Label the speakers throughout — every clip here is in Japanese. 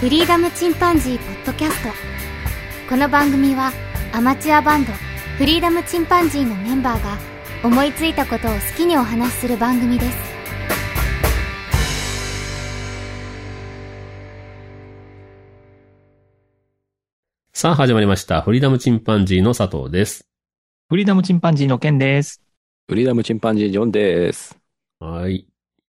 Speaker 1: フリーダムチンパンジーポッドキャストこの番組はアマチュアバンドフリーダムチンパンジーのメンバーが思いついたことを好きにお話しする番組です
Speaker 2: さあ始まりました。フリーダムチンパンジーの佐藤です。
Speaker 3: フリーダムチンパンジーの件です。
Speaker 4: フリーダムチンパンジージョンです。
Speaker 2: はい。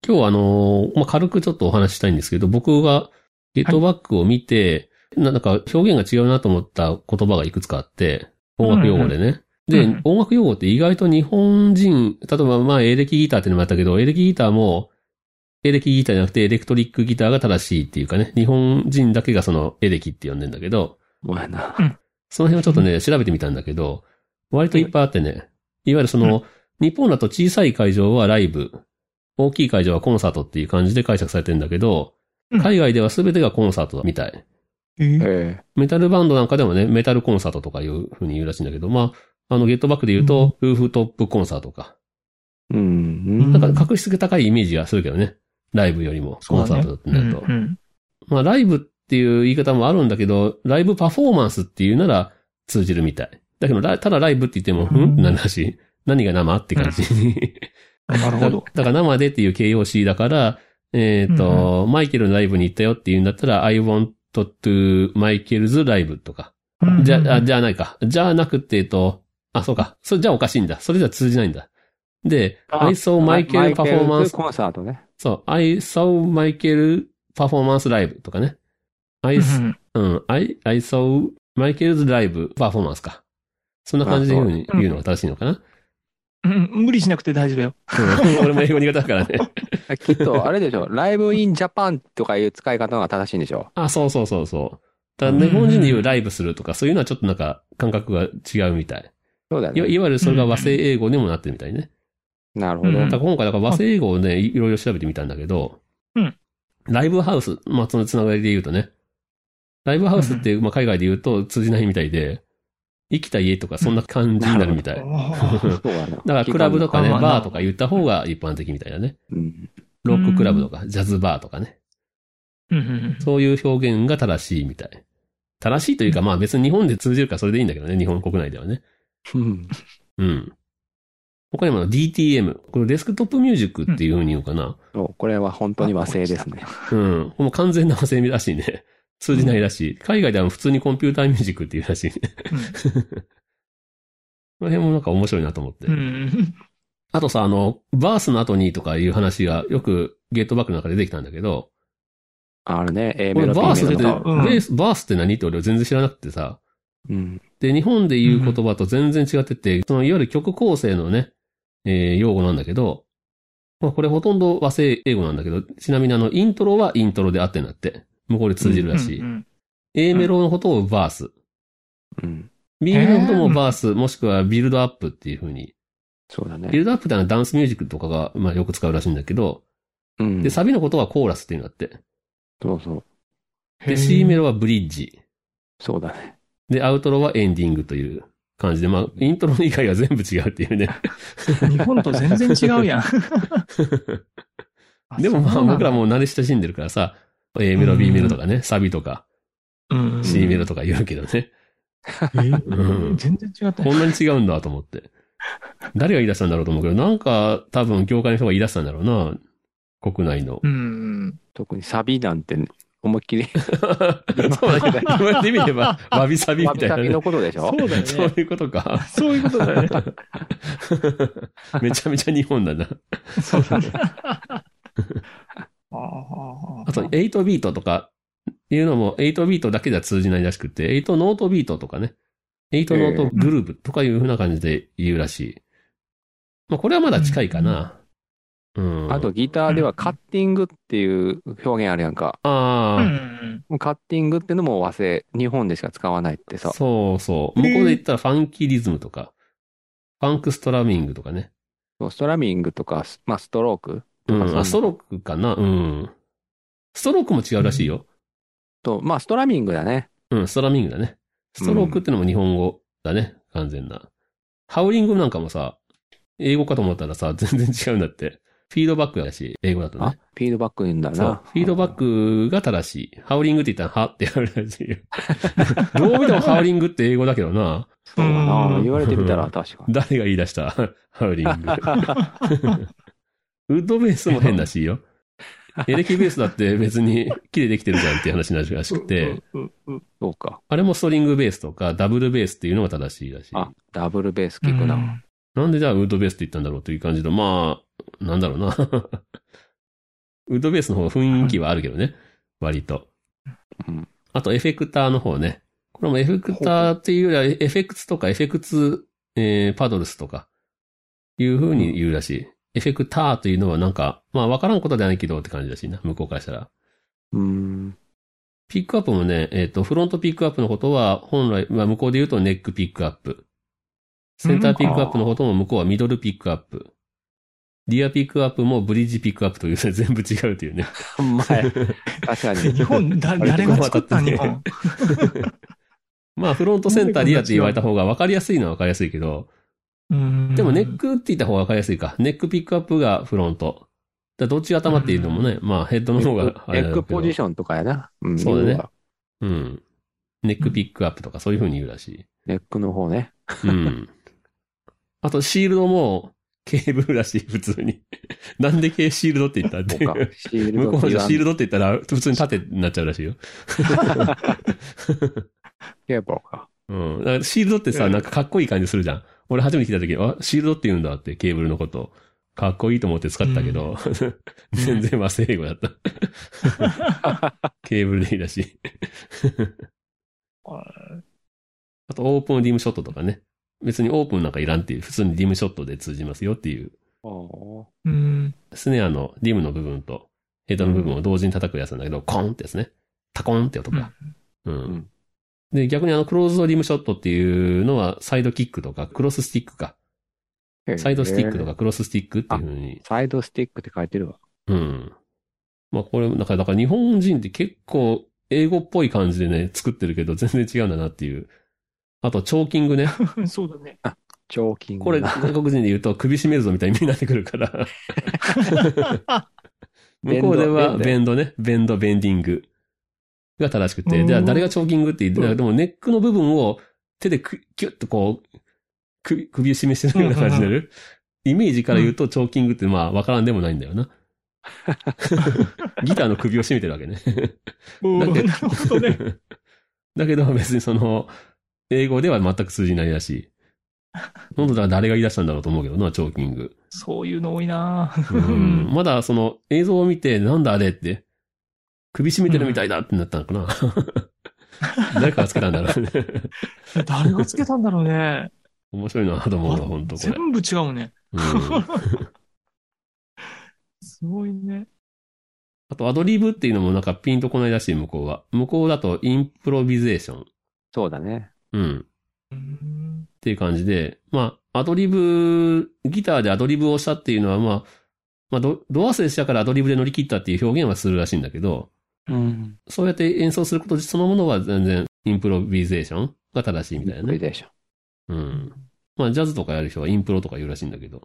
Speaker 2: 今日はあのーまあ、軽くちょっとお話ししたいんですけど、僕がゲットバックを見て、なんか表現が違うなと思った言葉がいくつかあって、音楽用語でね。
Speaker 3: うんうんう
Speaker 2: で
Speaker 3: んうん、
Speaker 2: 音楽用語って意外と日本人、例えばまあエレキギターっていうのもあったけど、エレキギターも、エレキギターじゃなくてエレクトリックギターが正しいっていうかね、日本人だけがそのエレキって呼んでんだけど、
Speaker 4: お前な。
Speaker 2: その辺をちょっとね、調べてみたんだけど、割といっぱいあってね、いわゆるその、日本だと小さい会場はライブ、大きい会場はコンサートっていう感じで解釈されてんだけど
Speaker 3: うん、
Speaker 2: 海外では全てがコンサートみたい。
Speaker 4: え
Speaker 2: メタルバンドなんかでもね、メタルコンサートとかいう風に言うらしいんだけど、まあ、あの、ゲットバックで言うと、ルーフトップコンサートか。
Speaker 4: えうん。
Speaker 3: うん
Speaker 2: なんか格式高いイメージはするけどね。ライブよりも、コンサートってなると。
Speaker 3: うん
Speaker 2: まあ、ライブっていう言い方もあるんだけど、ライブパフォーマンスっていうなら通じるみたい。だけど、ラただライブって言っても、
Speaker 3: うん
Speaker 2: んってなるらしい。何が生って感じに。
Speaker 3: うんなるほど。
Speaker 2: だから生でっていう形容詞だから、えっ、と、マイケルのライブに行ったよっていうんだったら、I want to Michael's live とか。じゃ、あ、じゃあないか。じゃあなくて、えっと、あ、そうか。それじゃあおかしいんだ。それじゃ通じないんだ。で、
Speaker 4: あ
Speaker 2: I saw
Speaker 4: マ
Speaker 2: Michael パフォーマンス
Speaker 4: コンサートね。
Speaker 2: そう、I saw Michael performance live とかね。I,
Speaker 3: うん
Speaker 2: うん、I, I saw Michael's live performance か。そんな感じで言うに
Speaker 3: あそう
Speaker 2: 言うのが正しいのかな。
Speaker 3: うん無理しなくて大丈夫よ。
Speaker 2: うん俺も英語苦手だから ね。
Speaker 4: き っと、あれでしょ。ライブインジャパンとかいう使い方が正しいんでしょ。
Speaker 2: あ、そうそうそうそう。ただ日本人で言うライブするとか、そういうのはちょっとなんか感覚が違うみたい。
Speaker 4: そうだよ
Speaker 2: いわ
Speaker 4: ね。
Speaker 2: いわゆるそれが和製英語にもなってるみたいね。
Speaker 4: なるほど。
Speaker 3: う
Speaker 2: だ
Speaker 3: ん
Speaker 2: から今回、だから和製英語をね、いいろいろ調べてみたんだけど、
Speaker 3: うん
Speaker 2: ライブハウス、まあそのつながりで言うとね、ライブハウスって、まあ海外で言うと通じないみたいで、生きた家とかそんな感じになるみたい。
Speaker 3: あ
Speaker 4: そうだね。
Speaker 2: だからクラブとかね、
Speaker 3: まあまあ
Speaker 2: バーとか言った方が一般的みたいだね。
Speaker 4: うん。
Speaker 2: ロッククラブとか、ジャズバーとかね。
Speaker 3: ーうん
Speaker 2: そういう表現が正しいみたい。正しいというか、まあ別に日本で通じるからそれでいいんだけどね、日本国内ではね。
Speaker 4: うん。
Speaker 2: うん。他にも DTM。これデスクトップミュージックっていう風に言うのかな。
Speaker 4: そうこれは本当に和製ですね。
Speaker 2: うん。もう完全な和製らしいね。 通じないらしい。海外では普通にコンピューターミュージックっていうらしいね。 この辺もなんか面白いなと思って。
Speaker 3: うんうん
Speaker 2: あとさ、あの、バースの後にとかいう話がよくゲートバックの中で出てきたんだけど、
Speaker 4: あるね。A
Speaker 2: こ
Speaker 4: メ
Speaker 2: れ
Speaker 4: ロ
Speaker 2: バ
Speaker 4: B
Speaker 2: ース
Speaker 4: メ
Speaker 2: っ
Speaker 4: ロ
Speaker 2: て、
Speaker 4: と。
Speaker 3: うん
Speaker 2: ベースバースって何って俺は全然知らなくてさ。
Speaker 4: うん。
Speaker 2: で、日本で言う言葉と全然違ってて、そのいわゆる曲構成のね、えー用語なんだけど、まあこれほとんど和製英語なんだけど、ちなみにあの、イントロはイントロであってなって、向こうで通じるらしい。
Speaker 3: うん
Speaker 2: A メロのことをバース、
Speaker 4: うん。
Speaker 2: ビームのこともバース、もしくはビルドアップっていう風に。
Speaker 4: そうだ
Speaker 2: ビ
Speaker 4: ね。
Speaker 2: ルドアップってのはダンスミュージックとかが、まあ、よく使うらしいんだけど、
Speaker 4: うん
Speaker 2: で、。サビのことはコーラスっていうんだって。
Speaker 4: そうそう。
Speaker 3: へー
Speaker 2: で、C メロはブリッジ。
Speaker 4: そうだね。
Speaker 2: で、アウトロはエンディングという感じで、まあ、イントロ以外は全部違うっていうね。
Speaker 3: 日本と全然違 うやん。あ
Speaker 2: でもま
Speaker 3: そ
Speaker 2: あ、
Speaker 3: うなん
Speaker 2: 僕ら
Speaker 3: だ
Speaker 2: もう慣れ親しんでるからさ、A メロ、B メロとかね、サビとか、
Speaker 3: うんうん
Speaker 2: C メロとか言うけどね。
Speaker 3: うん全然違った。
Speaker 2: こんなに違うんだと思って。誰が言い出したんだろうと思うけど、なんか多分業界の人が言い出したんだろうな。国内の。
Speaker 3: うん。
Speaker 4: 特にサビなんてね、思いっきり、
Speaker 2: そうだね。言われてみれ ば、わびさび
Speaker 4: サ
Speaker 2: みた
Speaker 4: ビ
Speaker 2: いな
Speaker 4: サ
Speaker 2: ね、
Speaker 4: ビのことでしょ
Speaker 3: そうだよ
Speaker 2: そう
Speaker 3: ね。
Speaker 2: いうこと か。
Speaker 3: そういうことだね。
Speaker 2: めちゃめちゃ日本だな。
Speaker 3: そうだね。ああ
Speaker 2: あと、8ビートとか、いうのも、8ビートだけでは通じないらしくて、8ノートビートとかね。8ノートグルーブとかいう風な感じで言うらしい。まあ、これはまだ近いかな。うん。
Speaker 4: あと、、ギターではカッティングっていう表現あるやんか。
Speaker 3: うんう
Speaker 2: あ
Speaker 3: ん
Speaker 4: カッティングってのも和製、日本でしか使わないって
Speaker 2: あ、
Speaker 4: さ。
Speaker 2: そうそう。向こうで言ったらファンキーリズムとか、ファンクストラミングとかね。
Speaker 4: ストラミングとか、スまあ、ストローク
Speaker 2: う。
Speaker 4: あそうん
Speaker 2: あ、ストロークかな。うん。ストロークも違うらしいよ。
Speaker 4: と、まあ、ストラミングだね。
Speaker 2: うん、ストラミングだね。ストロークってのも日本語だね、 完全な。ハウリングなんかもさ、英語かと思ったらさ、全然違うんだって。フィードバックだし、英語だと
Speaker 4: あ
Speaker 2: ね。、
Speaker 4: フィードバック言うんだ
Speaker 2: そう
Speaker 4: な。。
Speaker 2: フィードバックが正しい。ハウリングって言ったら、はって言われるらしいよ。どう見てもハウリングって英語だけどな。
Speaker 4: そうだな
Speaker 3: う。ん
Speaker 4: 言われてみたら確かに。
Speaker 2: 誰が言い出したハウリング。ウッドベースも変だしよ。エレキベースだって別に木でできてるじゃんっていう話になるらしくて、
Speaker 3: うんうん
Speaker 4: そうか。
Speaker 2: あれもストリングベースとかダブルベースっていうのが正しいらしい。
Speaker 4: あ、ダブルベース聞くな。
Speaker 2: なんでじゃあウッドベースって言ったんだろうという感じの、まあ、なんだ ろうな。ウッドベースの方が雰囲気はあるけどね。割と
Speaker 4: うん。
Speaker 2: あとエフェクターの方ね。これもエフェクターっていうよりはエフェクツとかエフェクツ、えーパドルスとか、いう風に言うらしい。エフェクターというのはなんか、まあわからんことではないけどって感じらしいな。向こうからしたら。
Speaker 4: うーん。
Speaker 2: ピックアップもね、えっ、と、フロントピックアップのことは、本来、まあ、向こうで言うとネックピックアップ。センターピックアップのことも向こうはミドルピックアップ。リアピックアップもブリッジピックアップというね、 全部違うというね。
Speaker 4: ほんまや。確かに。
Speaker 3: 日本、 だ、誰が作ったん日本。
Speaker 2: まあ、フロントセンターリアって言われた方が分かりやすいのは分かりやすいけど、
Speaker 3: うん
Speaker 2: でもネックって言った方が分かりやすいか。ネックピックアップがフロント。だからどっちが頭っていうのもね、まあ、ヘッドの方があ
Speaker 4: ネ
Speaker 2: れだろ
Speaker 4: ック
Speaker 2: うけど
Speaker 4: ポジションとかやな。うん
Speaker 2: そうだね
Speaker 4: 要は
Speaker 2: うん。ネックピックアップとかそういう風に言うらしい。
Speaker 4: ネックの方ね。
Speaker 2: うん。あと、シールドも、ケーブルらしい、普通に。 なんでケシールドって言ったっ
Speaker 4: そう
Speaker 2: て
Speaker 4: か。シール
Speaker 2: 向
Speaker 4: ド
Speaker 2: こう
Speaker 4: って
Speaker 2: の
Speaker 4: 言
Speaker 2: 人
Speaker 4: わん
Speaker 2: シールドって言ったら、普通に縦になっちゃうらしいよ。
Speaker 4: ケーブルか。
Speaker 2: うん。だからシールドってさ、
Speaker 3: うん
Speaker 2: なんかかっこいい感じするじゃん。俺初めて聞いた時、あ、シールドって言うんだって、ケーブルのこと。かっこいいと思って使ったけど、 全然和製英語だった。ケーブルでいいらしい。あと、オープンディムショットとかね。別にオープンなんかいらんっていう、普通にディムショットで通じますよっていう
Speaker 4: おー
Speaker 3: うん。
Speaker 2: スネアのリムの部分とヘッドの部分を同時に叩くやつなんだけど、コンってですね。タコンって音が。うん。
Speaker 4: ん
Speaker 2: で、逆にあの、クローズドリムショットっていうのは、サイドキックとか、クロススティックか。サイドスティックと。
Speaker 4: へー
Speaker 2: か、クロススティックっていうふうに。
Speaker 4: サイドスティックって書いてるわ。
Speaker 2: うん。まあ、これ、だから、だから日本人って結構、英語っぽい感じでね、作ってるけど、全然違うんだなっていう。あと、チョーキングね。
Speaker 3: そうだね。
Speaker 4: チョーキング。
Speaker 2: これ、
Speaker 4: な
Speaker 2: 外国人で言うと、首絞めるぞみたいになってくるから。向こうでは、ベ
Speaker 4: ベ
Speaker 2: ンドね。ベンド、ベンディングが正しく
Speaker 3: う
Speaker 2: て。
Speaker 3: ん
Speaker 2: じゃあ、誰がチョーキングって言って
Speaker 3: うん
Speaker 2: だからでも、ネックの部分を手でくキュッとこう、く首を絞めしてるような感じになる。イメージから言うと、チョーキングって、まあ、わからんでもないんだよ な。ギターの首を絞めてるわけね。
Speaker 3: お
Speaker 2: だっ
Speaker 3: ー
Speaker 2: て
Speaker 3: なるほ どね。
Speaker 2: だけど別にその、英語では全く通じないらしい。本当だから誰が言い出したんだろうと思うけどな、チョーキング。
Speaker 3: そういうの多いな
Speaker 2: うんまだその映像を見て、なんだあれって、首絞めてるみたいだってなったのか な。誰かがつけたんだろうね。
Speaker 3: 誰がつけたんだろう ね。
Speaker 2: 面白いなと思うわ、本当これ。
Speaker 3: 全部違うね。
Speaker 2: うん
Speaker 3: すごいね。
Speaker 2: あとアドリブっていうのもなんかピンとこないらしい、向こうは。向こうだとインプロビゼーション。
Speaker 4: そうだね。
Speaker 2: うん。
Speaker 3: うん
Speaker 2: っていう感じで、まあ、アドリブ、ギターでアドリブをしたっていうのは、まあ、まあ、ど、ドアスでしたからアドリブで乗り切ったっていう表現はするらしいんだけど、
Speaker 4: うん。
Speaker 2: そうやって演奏することそのものは全然インプロビゼーションが正しいみたいな
Speaker 4: プレ
Speaker 2: ね。
Speaker 4: ゼーション。
Speaker 2: うん。まあ、ジャズとかやる人はインプロとか言うらしいんだけど。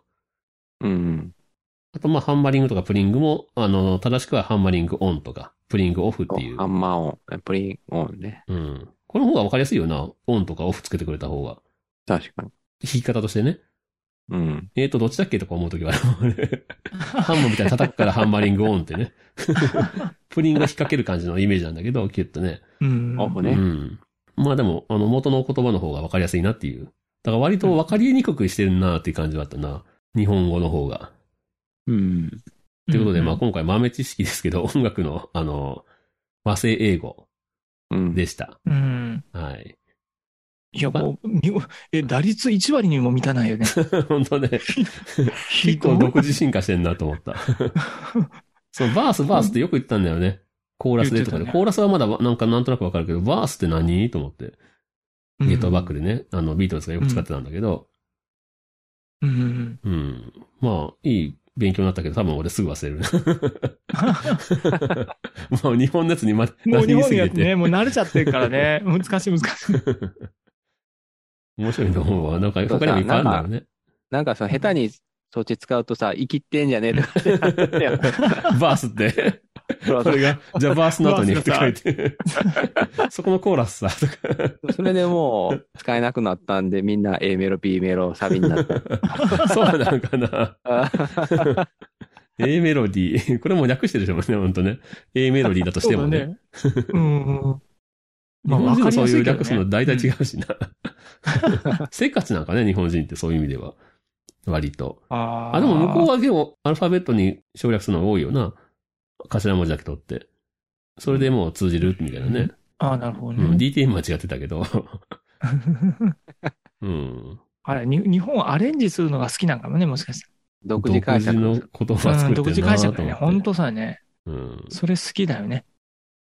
Speaker 4: うん。
Speaker 2: あと、まあ、ハンマリングとかプリングも、あの、正しくはハンマリングオンとか、プリングオフっていう
Speaker 4: ハ。ンマーオン。プリンオンね。
Speaker 2: うん。この方がわかりやすいよな。オンとかオフつけてくれた方が。
Speaker 4: 確かに。
Speaker 2: 弾き方としてね。
Speaker 4: うん。
Speaker 2: えーと、どっちだっけとか思うときはある、 ハンマーみたいに叩くからハンマリングオンってね。 プリンが引っ掛ける感じのイメージなんだけど、キュッとね。
Speaker 3: うん
Speaker 4: オフ
Speaker 2: う
Speaker 4: ね。
Speaker 2: ん。まあでも、あの、元の言葉の方が分かりやすいなっていう。だから割と分かりにくくしてるなっていう感じはあったな。日本語の方が。
Speaker 4: うん。
Speaker 2: ということで、
Speaker 3: うん
Speaker 2: まあ今回豆知識ですけど、音楽の、あの、和製英語
Speaker 4: うん。
Speaker 2: でした。
Speaker 3: うん。
Speaker 2: はい。
Speaker 3: いや、もう、みえ、打率1割にも満たないよね。
Speaker 2: 本当ね、
Speaker 3: 結
Speaker 2: 結構独自進化してんなと思った。 そのバース、バースってよく言ったんだよね。コーラスでとか
Speaker 3: 言って
Speaker 2: で。
Speaker 3: たね
Speaker 2: コーラスはまだなんかなんとなくわかるけど、バースって何と思って。ゲットバックでね、あの、ビートルズがよく使ってたんだけど、
Speaker 3: うん。
Speaker 2: うん。まあ、いい勉強になったけど、多分俺すぐ忘れる。 もう日本のやつにま、
Speaker 3: もう日本
Speaker 2: す
Speaker 3: のや
Speaker 2: ぎ
Speaker 3: つね、
Speaker 2: て、
Speaker 3: もう慣れちゃってるからね。難しい難しい。
Speaker 2: 面白いと思うわ。なんか他にもいっぱいあるんだろうね。
Speaker 4: なんかその下手にそっち使うとさ、生きってんじゃねえとかってなるよ
Speaker 2: バースって。
Speaker 4: そ
Speaker 2: そ
Speaker 4: うそ
Speaker 2: れが、じゃあバースの後に
Speaker 3: バ
Speaker 2: っ
Speaker 3: ース
Speaker 2: て
Speaker 3: が
Speaker 2: 書
Speaker 3: さ
Speaker 2: いて。 そこのコーラスさ、とか。
Speaker 4: うそれでもう使えなくなったんで、みんな A メロ、B メロ、サビに なった。
Speaker 2: そうなんかな。
Speaker 4: あ
Speaker 2: A メロディー。これもう略してるでしょうね、ほんとね。A メロディーだとしてもね。
Speaker 3: そうだね。うん。
Speaker 2: 日本人のそういう略すの大体違
Speaker 3: う。
Speaker 2: うしな。せっかちなんかね、日本人ってそういう意味では。割と。
Speaker 3: あー
Speaker 2: あ、でも向こうは結構アルファベットに省略するのが多いよな。頭文字だけ取って。それでもう通じるみたいなね。
Speaker 3: ああ、なるほど
Speaker 2: うん、
Speaker 3: ね。
Speaker 2: DTM は違ってたけど。うん。
Speaker 3: あれ、に日本をアレンジするのが好きなんかもね、もしかして。
Speaker 4: 独自解釈。
Speaker 2: 独自の言葉を
Speaker 3: う
Speaker 2: 作
Speaker 3: ん
Speaker 2: って
Speaker 3: 独自
Speaker 2: るな
Speaker 3: 解
Speaker 2: と
Speaker 3: 釈だね。
Speaker 2: 思って。
Speaker 3: 本当さね。
Speaker 2: うん。
Speaker 3: それ好きだよね。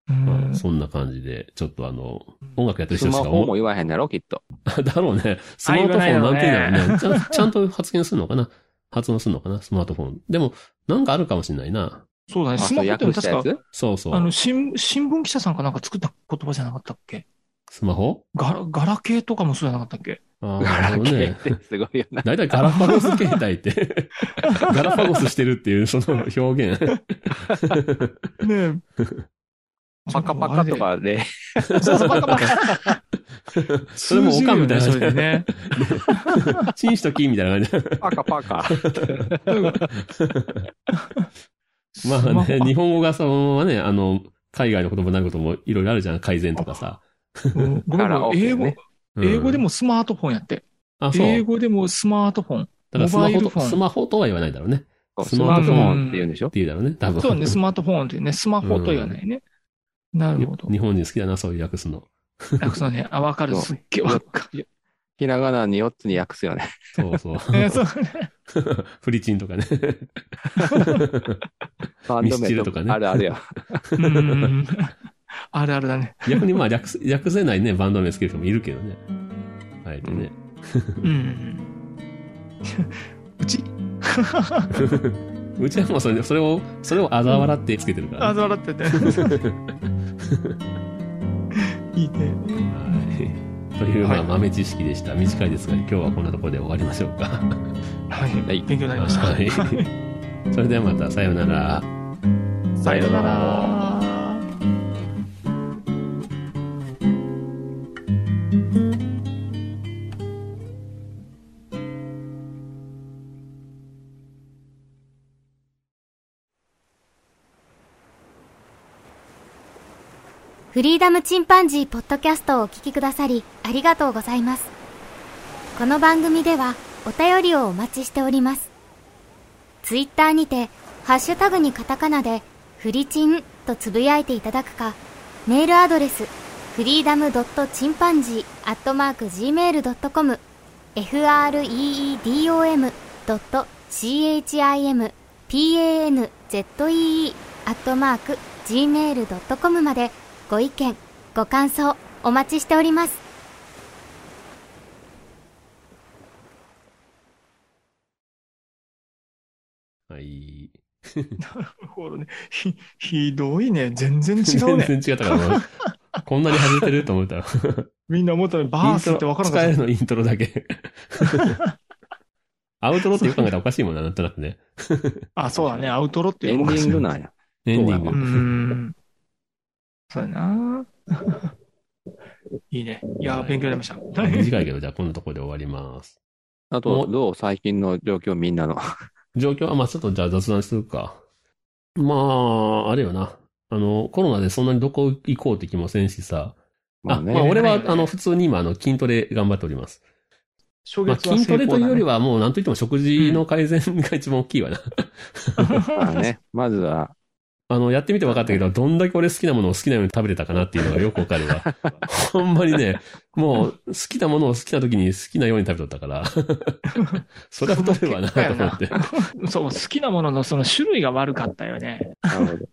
Speaker 3: う
Speaker 2: ま
Speaker 3: ん
Speaker 2: あ、。そんな感じで、ちょっとあの、音楽やってる
Speaker 4: ス
Speaker 2: 人し
Speaker 4: マ
Speaker 2: か
Speaker 4: ホ
Speaker 2: 思
Speaker 4: も言わへんやろ、きっと。
Speaker 2: う。 だろう ね。スマートフォンなんていうのね。ちゃんちゃんと発言するのかな発音するのかなスマートフォン。でも、なんかあるかもしれないな。
Speaker 3: そうだね。
Speaker 4: あ
Speaker 3: ス
Speaker 4: そ
Speaker 3: マ
Speaker 4: う
Speaker 3: ホって
Speaker 4: 訳
Speaker 3: も
Speaker 4: した
Speaker 3: 確
Speaker 4: や
Speaker 3: か、
Speaker 4: つ
Speaker 2: そうそ
Speaker 3: あの
Speaker 2: う。
Speaker 3: 新、新聞記者さんかなんか作った言葉じゃなかったっけ
Speaker 2: スマホ
Speaker 3: ガラ、ガラケーとかもそうじゃなかったっけ
Speaker 2: あー
Speaker 4: ガ
Speaker 2: な
Speaker 4: ラケ
Speaker 2: るほど
Speaker 4: ー
Speaker 2: ね
Speaker 4: ってすごいよ な。
Speaker 2: 大体ガラパゴス携帯っ て、ガラパゴスしてるっていうその表現。
Speaker 3: ねえ
Speaker 4: パカパカと。かで、
Speaker 3: そうそう、パカパカ。
Speaker 2: それもオカンみたいな
Speaker 3: 通じるよね
Speaker 2: チンしときみたいな感
Speaker 4: パカパカ。
Speaker 3: そ れでね。
Speaker 2: じ。ま
Speaker 3: ス
Speaker 2: あ
Speaker 3: マホ
Speaker 2: ね、日本語がそのままね、あの、海外の言葉になることもいろいろあるじゃん。改善とかさ。
Speaker 3: うんごめん
Speaker 4: ガラ
Speaker 3: ご
Speaker 4: オ
Speaker 3: めん、英
Speaker 4: ケ
Speaker 3: 語
Speaker 4: ね、
Speaker 2: うん
Speaker 3: 英語で、もスマートフォンやって。
Speaker 2: あ、そう。
Speaker 3: 英語でもスマートフォン。
Speaker 2: だからスマ
Speaker 3: モバイル
Speaker 2: ホ
Speaker 3: フ
Speaker 2: と、
Speaker 3: ォン
Speaker 2: スマホとは言わないだろうね。
Speaker 4: そう
Speaker 2: ス
Speaker 4: ス
Speaker 2: マ
Speaker 4: マ
Speaker 2: ー
Speaker 4: ー
Speaker 2: ト
Speaker 4: ト
Speaker 2: フ
Speaker 4: フ
Speaker 2: ォ
Speaker 3: ン
Speaker 4: ォンって言うんでしょ
Speaker 2: っていうだろうね。多分。
Speaker 3: そうね、スマートフォンっていうね、スマホと言わないね。なるほど。
Speaker 2: 日本人好きだな、そういう訳すの。
Speaker 3: なんかそのね、あ、わかる。
Speaker 4: そう
Speaker 3: すっげえわかる。
Speaker 4: ひらがなに4つに訳すよ ね。
Speaker 2: そうそう。
Speaker 3: えそう
Speaker 2: フリチンとかね。
Speaker 4: バン
Speaker 2: ミ
Speaker 4: ド
Speaker 2: スチ
Speaker 4: 名
Speaker 2: ルとかね
Speaker 4: あるあ るよ。
Speaker 3: うんうんうん あるあるだね。
Speaker 2: 逆にまあ略す、略せないね、バンド名つける人もいるけどね。あえてね。
Speaker 3: うんうん。うち、
Speaker 2: うちはもうそれそれを、それをあざ笑ってつけてるから
Speaker 3: あ、
Speaker 2: ね。
Speaker 3: 笑ってて。いいね。
Speaker 2: はい。という、まあ、
Speaker 3: はい
Speaker 2: 豆知識でした。短いですが、今日はこんなところで終わりましょうか。
Speaker 3: はい。
Speaker 4: はい
Speaker 3: 勉強になりました。
Speaker 2: はい。 そ れではまた、さようなら。
Speaker 3: さよなら。
Speaker 1: フリーダムチンパンジーポッドキャストをお聞きくださりありがとうございます。この番組ではお便りをお待ちしております。ツイッターにてハッシュタグにカタカナでフリチンとつぶやいていただくか、メールアドレスフリーダムドットチンパンジーアットマーク gmail.com freedom ドット chim panzee アットマーク gmail.com までご意見、ご感想お待ちしております。
Speaker 2: はい。
Speaker 3: なるほどね。ひ、ひどいね。全然違うね。
Speaker 2: 全然違ったから、こんなに外れてると思ったら。
Speaker 3: みんな思ったのに バースってわからな
Speaker 2: 使
Speaker 3: か
Speaker 2: え
Speaker 3: っ
Speaker 2: るのイントロだ け。アウトロってよく考えたらおかしいもんな、なんとなくね。
Speaker 3: た。あ、そうだね。アウトロって
Speaker 4: エ
Speaker 3: いう
Speaker 4: ン
Speaker 3: の
Speaker 4: デ
Speaker 3: が
Speaker 4: ィングなんや。
Speaker 2: エンディン
Speaker 4: そう
Speaker 3: う
Speaker 2: グ。
Speaker 3: ん。そうやな。 いいね。いや、勉強になりました。
Speaker 2: 短いけど、じゃあこんなところで終わります。
Speaker 4: あ
Speaker 2: も
Speaker 4: と、どう最近の状況みん なの。
Speaker 2: 状況は、まあちょっとじゃあ雑談するか。まあ、あれよな。あの、コロナでそんなにどこ行こうって気もせんしさ。
Speaker 4: まあ
Speaker 2: あ、
Speaker 4: ね。
Speaker 2: まあ俺
Speaker 3: ない
Speaker 2: は
Speaker 3: よ、ね
Speaker 2: あの、普通に今、あの、筋トレ頑張っております。
Speaker 3: 初
Speaker 2: まあ
Speaker 3: 月は
Speaker 2: 筋トレというより
Speaker 3: は。
Speaker 2: は、もうなんといっても食事の改善が一番大きいわな。
Speaker 4: まあね。まずは、
Speaker 2: あの、やってみて分かったけど、どんだけ俺好きなものを好きなように食べれたかなっていうのがよくわかるわ。ほんまにね、もう好きなものを好きな時に好きなように食べとったから、 それは太るわなと思って。
Speaker 3: そう、好きなもののその種類が悪かったよね。
Speaker 4: なるほど。
Speaker 2: い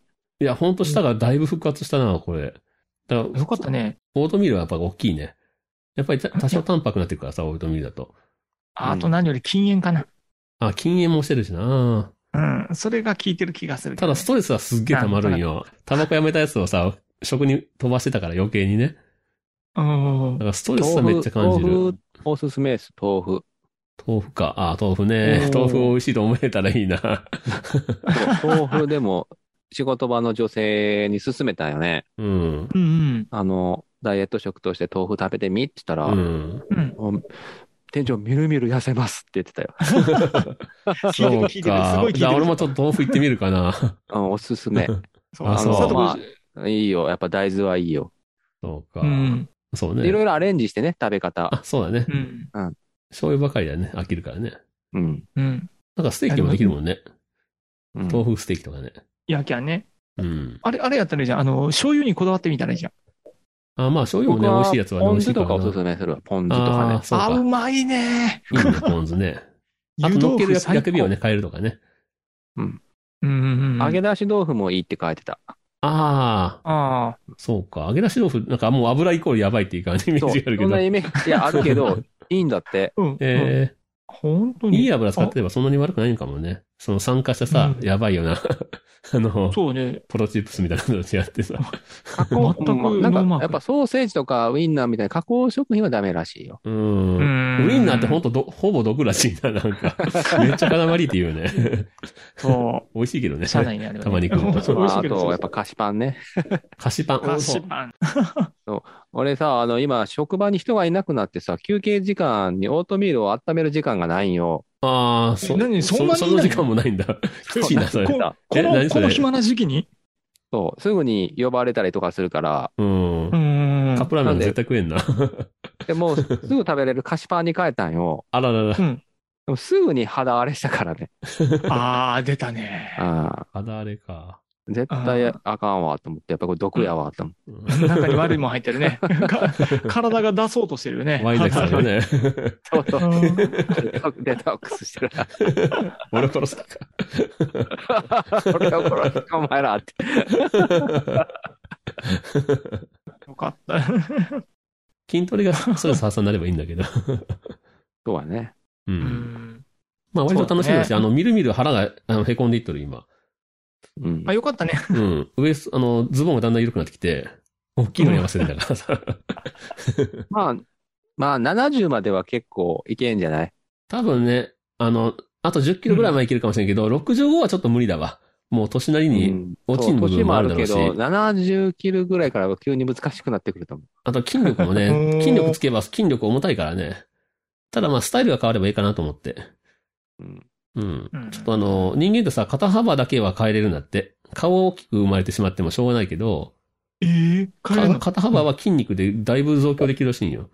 Speaker 2: や、ほんと舌がだいぶ復活したな、これ。だから
Speaker 3: よかったね。
Speaker 2: オートミールはやっぱ大きいね。やっぱりた多少淡白になってくからさ、オートミールだと。
Speaker 3: ああと何より禁煙かな。
Speaker 2: あ、禁煙もしてるしな
Speaker 3: うん。それが効いてる気がするけ
Speaker 2: た
Speaker 3: ど
Speaker 2: だ
Speaker 3: ね。
Speaker 2: ストレスはすっげえ溜まるんよ。タバコやめたやつをさ、食に飛ばしてたから余計にね。
Speaker 3: うん。
Speaker 2: だからストレスはめ
Speaker 4: 豆
Speaker 2: っちゃ
Speaker 4: 腐、
Speaker 2: 感じる。
Speaker 4: 豆腐、おすすめです。豆腐。
Speaker 2: 豆腐か。あ、豆腐ね。
Speaker 3: おー
Speaker 2: 豆腐美味しいと思えたらいいな。
Speaker 4: 豆腐でも、 仕事場の女性に勧めたんよね。
Speaker 2: うん。
Speaker 3: うんうん。
Speaker 4: あの、ダイエット食として豆腐食べてみって言ったら、
Speaker 2: うん。
Speaker 3: うん。
Speaker 4: もう店長みるみる痩せますって言ってた よ。
Speaker 3: 聞いてる聞いてる。すごい聞いて
Speaker 2: じゃあ
Speaker 3: る。
Speaker 2: 俺もちょっと豆腐行ってみるかな。
Speaker 4: うん、おすすめ。
Speaker 3: そう。
Speaker 2: あ
Speaker 3: あ
Speaker 2: そう
Speaker 3: の、佐藤
Speaker 4: ま
Speaker 3: 君
Speaker 4: あ、いいよ。やっぱ大豆はいいよ。
Speaker 2: そうか。
Speaker 3: うん。
Speaker 2: そう
Speaker 4: いろ
Speaker 2: ね。
Speaker 4: いろアレンジしてね、食べ方。
Speaker 2: あ、そうだね
Speaker 3: う。ん。
Speaker 2: 醤油ばかりだね。飽きるからね。
Speaker 4: うん。
Speaker 3: うん。
Speaker 2: なんかステーキもできるもんね。
Speaker 4: うん
Speaker 2: 豆腐ステーキとかね。
Speaker 3: やきゃね。
Speaker 2: うん。
Speaker 3: あれ、あれやったらいいじゃん。あの、醤油にこだわってみたらいいじゃん。
Speaker 2: あ、まあ醤油も
Speaker 4: 僕
Speaker 2: ね、美
Speaker 4: は
Speaker 2: 味しいやつはね、
Speaker 4: ポ
Speaker 2: 美
Speaker 4: ン
Speaker 2: 味し
Speaker 4: 酢
Speaker 2: いか
Speaker 4: とからお
Speaker 2: な。
Speaker 4: すすめするわ。ポン酢とか
Speaker 2: あ
Speaker 4: ね
Speaker 2: あ、。そう
Speaker 3: あ、う
Speaker 2: か。
Speaker 3: まいね。
Speaker 2: いいね、ポン酢ね。あと
Speaker 3: 湯
Speaker 2: 乗っ
Speaker 3: 豆
Speaker 2: ける
Speaker 3: 腐
Speaker 2: や
Speaker 3: 最
Speaker 2: 薬味
Speaker 3: 高
Speaker 2: を。ね、変えるとかね。
Speaker 3: うんうんうん。
Speaker 4: 揚げ出し豆腐もいいって書いてた。
Speaker 2: あ
Speaker 3: あ
Speaker 2: あ、そうか。揚げ出し豆腐、なんかもう油イコールやばいっていう感じ、イメ
Speaker 4: そ
Speaker 2: ー
Speaker 4: う。
Speaker 2: ジがあるけ
Speaker 4: そん
Speaker 2: ど
Speaker 4: な。イメージ、いや、あるけど、いいんだって。
Speaker 3: あ。うん。うん
Speaker 2: え
Speaker 3: 本当
Speaker 2: え
Speaker 3: に。
Speaker 2: いい油使ってればそんなに悪くないのかもね。その酸化したさ、
Speaker 3: うん
Speaker 2: やばいよな。あの
Speaker 3: あ。、そ うね。
Speaker 2: ポロチップスみたいなのと違ってさ。
Speaker 4: 加工
Speaker 3: 全く
Speaker 4: うんな
Speaker 3: ノー
Speaker 4: ん
Speaker 3: マー
Speaker 4: か、
Speaker 3: ク
Speaker 4: やっぱソーセージとかウインナーみたいな加工食品はダメらしいよ。
Speaker 2: うん。
Speaker 3: う
Speaker 2: ウ
Speaker 3: ん
Speaker 2: ィンナーってほんとど、ほぼ毒らしいな、なん か。めっちゃ塊っていうね。
Speaker 3: そ
Speaker 2: 美味しいけど
Speaker 3: う。
Speaker 2: ね。
Speaker 3: 社内にあるよ ね。
Speaker 2: たまに食うと
Speaker 3: そう美
Speaker 4: ま
Speaker 3: 味し
Speaker 4: あ、
Speaker 3: い
Speaker 4: あ
Speaker 3: けど
Speaker 4: と、やっ
Speaker 3: そう
Speaker 4: ぱ菓子パンね。
Speaker 2: 菓子パン。
Speaker 3: 菓
Speaker 2: そ
Speaker 3: 子
Speaker 2: う
Speaker 3: パン。
Speaker 4: 俺さ、あの、今、職場に人がいなくなってさ、休憩時間にオートミールを温める時間がないんよ。
Speaker 2: ああ、そ、
Speaker 3: え何そんなに
Speaker 2: その時間もないんだ。きついな、それ。
Speaker 3: こ
Speaker 4: だ
Speaker 3: こ
Speaker 2: え何
Speaker 3: の、
Speaker 2: そ
Speaker 3: こ
Speaker 2: れ
Speaker 3: の暇な時期に
Speaker 4: そう、すぐに呼ばれたりとかするから、
Speaker 2: うん
Speaker 3: う。ん
Speaker 2: カッ。プラーメンは絶対食えんな。
Speaker 4: でもう、すぐ食べれる菓子パンに変えたんよ。
Speaker 2: あららら
Speaker 3: う。ん。
Speaker 4: でもすぐに肌荒れしたからね。
Speaker 3: あー、出たね。
Speaker 4: あ
Speaker 2: 肌荒れか。
Speaker 4: あ、絶対あかんわと思って、やっぱこれ毒やわと思って。
Speaker 2: うん
Speaker 3: 中に悪いもん入ってる ね。か体が出そうとしてるよね。
Speaker 2: ワイザキさんが ね。
Speaker 4: そうそう
Speaker 3: う、ん
Speaker 4: デトデトックスしてる。
Speaker 2: ボロコロさか。
Speaker 4: 俺はこれ、お前らって。
Speaker 3: よかった。
Speaker 2: 筋トレがストレス発散になればいいんだけど。
Speaker 4: そうやね。
Speaker 2: う。
Speaker 3: うんん
Speaker 2: まあ割と楽しみだし、
Speaker 3: そうだ
Speaker 2: あ
Speaker 3: ね
Speaker 2: の、みるみる腹があのへこんでいっとる、今。
Speaker 4: うん。
Speaker 3: あ、よかったね。
Speaker 2: うん。ウエスト、あの、ズボンがだんだん緩くなってきて、大きいのに合わせるんだから さ。
Speaker 4: まあ、まあ、70までは結構いけんじゃない
Speaker 2: 多分ね、あの、あと10キロぐらいまでいけるかもしれんけど、65はちょっと無理だわ。もう年なり
Speaker 4: う
Speaker 2: に、
Speaker 4: ん
Speaker 2: 落ちる部
Speaker 4: そ
Speaker 2: 分
Speaker 4: う年
Speaker 2: も
Speaker 4: も
Speaker 2: あ
Speaker 4: あ
Speaker 2: るだ
Speaker 4: る
Speaker 2: ろう
Speaker 4: け
Speaker 2: し
Speaker 4: ど、70キロぐらいからは急に難しくなってくると思
Speaker 2: あと筋力も
Speaker 3: う
Speaker 2: ね、
Speaker 3: ん
Speaker 2: 筋力つけば筋力重たいからね。ただまあ、スタイルが変わればいいかなと思って。
Speaker 4: う。うん。
Speaker 2: うん。
Speaker 3: うん
Speaker 2: ちょっとあの、人間ってさ、肩幅だけは変えれるんだって。顔は大きく生まれてしまってもしょうがないけど、
Speaker 3: えー、帰る
Speaker 2: か
Speaker 3: の
Speaker 2: 肩幅は筋肉でだいぶ増強できるらしいんよ。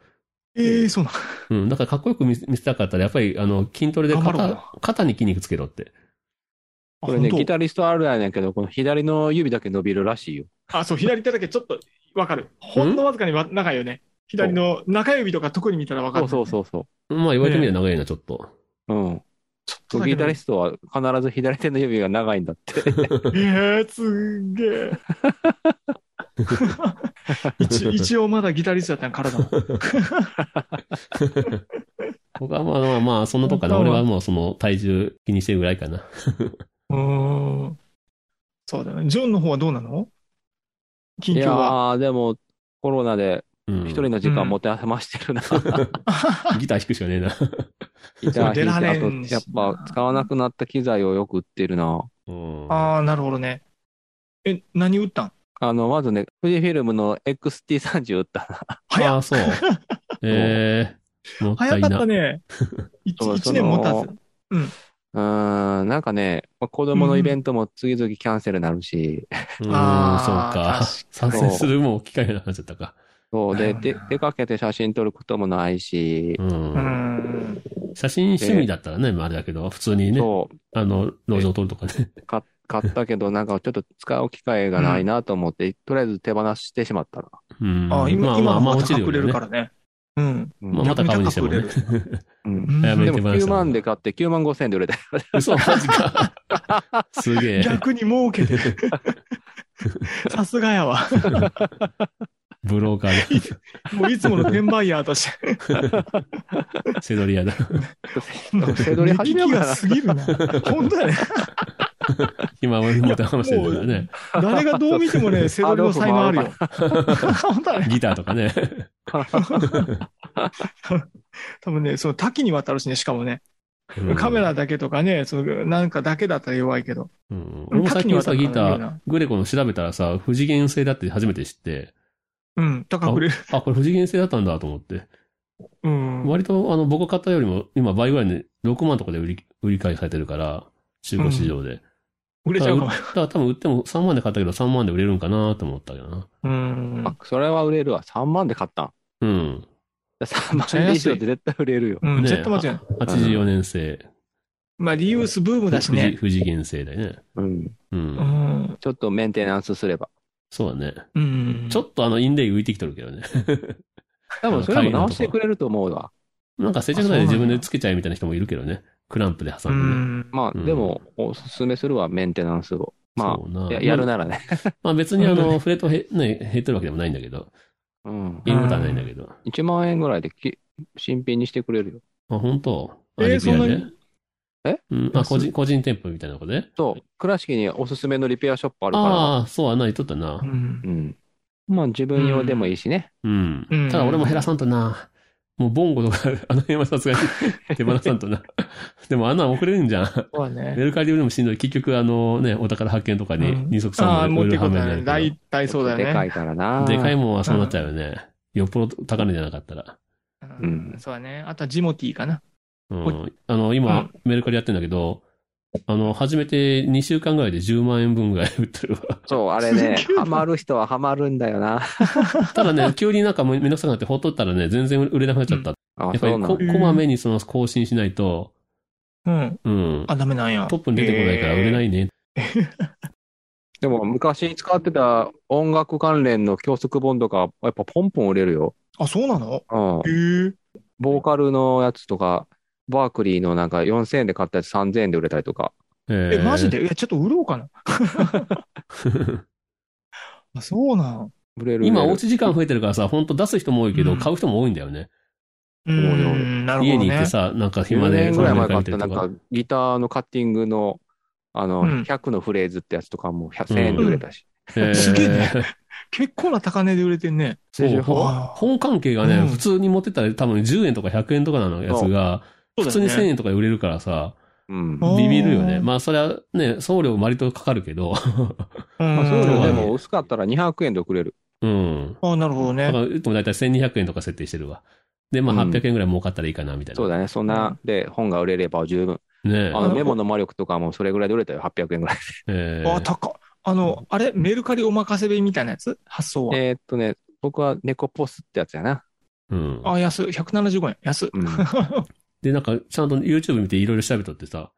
Speaker 3: えー、そうな
Speaker 2: うん。だからかっこよく見せ見せたかったら、やっぱりあの、筋トレで
Speaker 3: 頑張ろう
Speaker 2: 肩
Speaker 3: な、
Speaker 2: 肩に筋肉つけろって。
Speaker 4: これね、ギ
Speaker 3: の
Speaker 4: タリストあるあるやけど、この左の指だけ伸びるらしいよ。
Speaker 3: あ、そう、左手だけちょっとわかる。ほんのわずかにわ長いよね。左の中指とか特に見たらわか
Speaker 4: そ
Speaker 3: る。
Speaker 4: うそうそうそ
Speaker 2: まあ言われてみれば長いな、ちょっと。
Speaker 4: う。うん。
Speaker 3: ちょっとだけ
Speaker 4: ギ
Speaker 3: で
Speaker 4: タ
Speaker 3: も
Speaker 4: リストは必ず左手の指が長いんだって。
Speaker 3: えー、すっげえ。一一応まだギタリストやったん体も。
Speaker 2: 僕はまあまあまあ、そんなとこかな。
Speaker 3: 本
Speaker 2: 俺
Speaker 3: 当は
Speaker 2: はもうその体重気にしてるぐらいかな。
Speaker 3: うーん。そうだね。ジョンの方はどうなの
Speaker 4: い
Speaker 3: 近況
Speaker 4: や
Speaker 3: は。
Speaker 4: ー、でも、コロナで
Speaker 2: うん。
Speaker 4: 一人の時間持て余してるな。
Speaker 2: ギター弾くしかねえな。
Speaker 4: ギター弾いて
Speaker 3: 出られ
Speaker 4: あと
Speaker 3: んし
Speaker 4: やっぱ使わなくなった機材をよく売ってるな。
Speaker 2: うん。
Speaker 3: ああ、なるほどね。え、何打ったん
Speaker 4: あの、まずね、富士フィルムの XT30 売ったな。
Speaker 3: 早っ
Speaker 2: あ あ、そう。ええもった
Speaker 3: 早
Speaker 2: い
Speaker 3: か
Speaker 2: な。
Speaker 3: った ね。一
Speaker 4: そう
Speaker 3: 一年持た
Speaker 4: そ
Speaker 3: ず。
Speaker 4: うーん、なん かね、まあ子供のイベントも次々キャンセルになるし、
Speaker 2: うーん、
Speaker 3: あー
Speaker 2: そうか。参
Speaker 4: 確かに
Speaker 2: 戦するもう機会がなくなっちゃったか。
Speaker 4: そうで、
Speaker 3: だよ
Speaker 4: で
Speaker 3: な、
Speaker 4: 出かけて写真撮ることもないし、
Speaker 2: う
Speaker 3: うー
Speaker 2: ん。
Speaker 3: ん。
Speaker 2: 写真趣味だったらね、まああれだけど、普通にね、
Speaker 4: そう、
Speaker 2: あの、路上撮るとか ね。
Speaker 4: か買っ たけど、なんかちょっと使う機会がないなと思って、とりあえず手放してしまったな。
Speaker 2: うん。
Speaker 3: あ
Speaker 2: ま
Speaker 3: ー今、
Speaker 2: あま
Speaker 3: 今
Speaker 2: あ、
Speaker 3: の
Speaker 2: まあ
Speaker 3: 方が
Speaker 2: 落ち
Speaker 3: 高
Speaker 2: る
Speaker 3: く売れ
Speaker 2: よ
Speaker 3: る
Speaker 2: ね
Speaker 3: か。らね。うん。
Speaker 4: うん
Speaker 2: まあまた買うにしてもね
Speaker 3: 逆。
Speaker 4: うん
Speaker 2: 早め
Speaker 4: で
Speaker 2: に
Speaker 4: も
Speaker 2: 手放したも
Speaker 4: 9
Speaker 2: ん
Speaker 4: 万
Speaker 2: ね
Speaker 4: で買って9万5千で売 れたよ。
Speaker 2: 嘘、マジ か。すげえ。
Speaker 3: 逆に儲 けてる。さすがやわ。
Speaker 2: ブローカー
Speaker 3: もういつもの転売ヤー として。
Speaker 2: だ。セドリアだ。
Speaker 4: 手取り始めようか
Speaker 3: 目利きが過ぎるな。本当やね。
Speaker 2: 今、俺もた話してるからね。
Speaker 3: 誰がどう見て もね、セドリの 才能あるよ。本当やね。
Speaker 2: ギターとかね。
Speaker 3: 多分ね、その多岐にわたるしね、しかもね、
Speaker 2: うん
Speaker 3: カメラだけとかね、そのなんかだけだったら弱いけど。
Speaker 2: うん。俺も最近さ、ギター、グレコの調べたらさ、不次元性だって初めて知って、
Speaker 3: うん、高くれる。
Speaker 2: あ、これ不次元性だったんだと思って。
Speaker 3: うん。
Speaker 2: 割と、あの、僕買ったよりも、今倍ぐらいで6万とかで売り、売り買いされてるから、中古市場で。
Speaker 3: 売れちゃうかも。
Speaker 2: だから多分売っても3万で買ったけど3万で売れるんかなと思ったけどな。
Speaker 3: うん。
Speaker 4: あ、それは売れるわ。3万で買ったん。
Speaker 2: うん。
Speaker 4: 3万で以上で絶対売れるよ。
Speaker 3: うん、
Speaker 2: ね
Speaker 3: ジェットマ違い。
Speaker 2: 84年生。
Speaker 3: まあ、リユースブームだしね。
Speaker 2: 不次元生だよね。
Speaker 4: うん。
Speaker 2: う。
Speaker 3: うんん。
Speaker 4: ちょっとメンテナンスすれば。
Speaker 2: そうだね。
Speaker 3: うん。
Speaker 2: ちょっとあの、インレイ浮いてきとるけどね。
Speaker 4: 多分それも直してくれると思うわ。
Speaker 2: なんか接着剤で自分でつけちゃえみたいな人もいるけどね。クランプで挟
Speaker 3: うん
Speaker 2: でね。
Speaker 3: ん。
Speaker 4: まあ、
Speaker 2: うん
Speaker 4: でも、おすすめするはメンテナンスを。ま
Speaker 2: そうな
Speaker 4: あ、ややるならね。
Speaker 2: まあ別にあ
Speaker 3: うん
Speaker 2: の、フレートへ、ね、減ってるわけでもないんだけど、
Speaker 4: うん。
Speaker 2: いいことはないんだけど。
Speaker 4: 1万円ぐらいでき新品にしてくれるよ。
Speaker 2: あ、本当
Speaker 3: えー
Speaker 2: あリペア
Speaker 3: そんな
Speaker 2: ね
Speaker 3: に
Speaker 4: え
Speaker 2: うん。あ、個人、個人店舗みたいなことね。
Speaker 4: そう。倉敷におすすめのリペアショップあるか
Speaker 2: ああ、そうはないとったな
Speaker 3: う。ん
Speaker 4: ら。うん。まあ、自分用でもいいしね。
Speaker 2: うん
Speaker 3: うん。
Speaker 2: ただ俺も減らさんとな。もうボンゴとか、 あの辺はさすがに 手放さんとな。でもあんなん送れるんじゃん。
Speaker 3: そうだ
Speaker 2: メ
Speaker 3: ね。
Speaker 2: ルカリでもしんどい。結局あのね、お宝発見とかに
Speaker 3: うん
Speaker 2: 二足
Speaker 3: ああ、
Speaker 2: 三
Speaker 3: 持
Speaker 2: 本
Speaker 3: っ
Speaker 2: で
Speaker 3: て
Speaker 2: 売れ
Speaker 3: こ
Speaker 2: る
Speaker 3: と
Speaker 2: はめに
Speaker 3: だね。
Speaker 2: なる
Speaker 3: 大体そうだよね。
Speaker 4: でかいからな。
Speaker 2: けど。でかい
Speaker 4: も
Speaker 2: もんはそうなっちゃうよね。よっぽど高値じゃなかったら。
Speaker 3: うん。そうだね。あとはジモティーかな。
Speaker 2: うん。あの、今、メルカリやってんだけど、あの、初めて2週間ぐらいで10万円分ぐらい売 ってるわ。
Speaker 4: そう、あれね
Speaker 3: すげえ、な
Speaker 4: ハマる人はハマるんだよな。
Speaker 2: ただね、急になんかもうめんどくさくなってほっとったらね、全然売れなくなっちゃった。
Speaker 4: あ
Speaker 2: やっぱ
Speaker 4: そ
Speaker 2: り
Speaker 4: うな
Speaker 2: こ、
Speaker 4: の
Speaker 2: こまめにその更新しないと、
Speaker 3: うん。
Speaker 2: うん。
Speaker 3: あ、ダメなんや。。
Speaker 2: トップに出てこないから売れないいね。
Speaker 4: でも、昔使ってた音楽関連の教則本とか、やっぱポンポン売れるよ。
Speaker 3: あ、そうなの
Speaker 4: うん
Speaker 3: へ。え。
Speaker 4: ボーカルのやつとか、バークリーのなんか4000円で買ったやつ3000円で売れたりとか。
Speaker 2: え
Speaker 3: え、マジでいや、ちょっと売ろうかな。あ、そうなん。
Speaker 4: 売れる売れる
Speaker 2: 今、おうち時間増えてるからさ、ほんと出す人も多いけど、
Speaker 3: うん
Speaker 2: 買う人も多いんだよね。
Speaker 3: う
Speaker 4: おいお
Speaker 3: ん。なるほど
Speaker 2: 家
Speaker 3: ね。
Speaker 2: に行ってさ、なんか暇
Speaker 4: 10
Speaker 2: で、
Speaker 4: 年ぐらい前買っ
Speaker 2: そ
Speaker 4: た、
Speaker 2: の
Speaker 4: な
Speaker 2: メル
Speaker 4: ん
Speaker 2: カリ
Speaker 4: か
Speaker 2: 見てると
Speaker 4: ギターのカッティングの、あの、
Speaker 3: うん
Speaker 4: 100のフレーズってやつとかも100 1000円で売れたし。
Speaker 2: えー
Speaker 3: すげえね結構な高値で売れてんね。
Speaker 2: そう、ほ
Speaker 3: あー
Speaker 2: 本関係がね、
Speaker 3: うん
Speaker 2: 普通に持ってたら多分10円とか100円とかなのやつが、普通に1000円とかで売れるからさ、
Speaker 4: うん。
Speaker 3: あ
Speaker 4: ま
Speaker 3: ー
Speaker 2: ビビるよね。まあ、それはね、送料割とかかるけど、
Speaker 3: うん。
Speaker 4: あ、そう
Speaker 2: だ
Speaker 4: よ。
Speaker 2: ね
Speaker 4: でも薄かったら200円で送れる。
Speaker 2: うん。
Speaker 3: あなるほど
Speaker 2: だか
Speaker 3: ね。
Speaker 2: ら、言っても大体1200円とか設定してるわ。で、まあ、
Speaker 4: うん
Speaker 2: 800円ぐらい儲かったらいいかな、みたいな。
Speaker 4: そうだね。そんな、で、本が売れれば十分。
Speaker 2: ね
Speaker 4: あ
Speaker 2: え。
Speaker 4: の、メモの魔力とかもそれぐらいで売れたよ。800円ぐらい。
Speaker 2: えー
Speaker 3: あ、高っあの、あれメルカリお任せべみたいなやつ発想は。
Speaker 4: えーっとね、僕は猫ポスってやつやな。
Speaker 2: うん。
Speaker 3: あ、安い。175円。安い。
Speaker 4: うん。
Speaker 2: で、なんか、ちゃんと YouTube 見ていろいろ調べとってさ、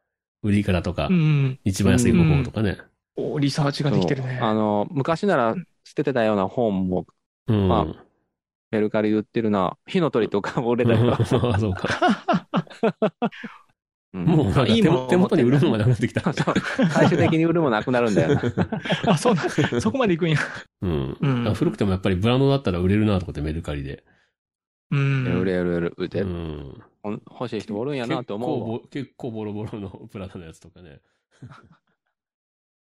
Speaker 2: 売りからとか
Speaker 3: う、ん。
Speaker 2: 一番安い方法とかね。
Speaker 3: おリサーチができてるね。
Speaker 4: あの、昔なら捨ててたような本も
Speaker 2: うん。
Speaker 4: まあメルカリで売ってるな。火の鳥とかも売れたよ。
Speaker 2: あ そうか。
Speaker 4: うん
Speaker 2: もうなんか
Speaker 3: いい
Speaker 2: 手
Speaker 3: もん
Speaker 2: も手元に売るのがなくなってきた。
Speaker 4: そう最終的に売るもなくなるんだよな。
Speaker 3: あ、そうなんそこまで行くんや。
Speaker 2: うん。
Speaker 3: う
Speaker 2: だ
Speaker 3: ん
Speaker 2: から古くてもやっぱりブランドだったら売れるなとかってメルカリで。
Speaker 3: う
Speaker 4: 売
Speaker 3: ん。
Speaker 4: れる売れる。売
Speaker 2: う
Speaker 4: れる
Speaker 2: ん。
Speaker 4: ほん欲しい人おるんやなと思うわ。
Speaker 2: 結構ぼ結構ボロボロのプラダのやつとかね。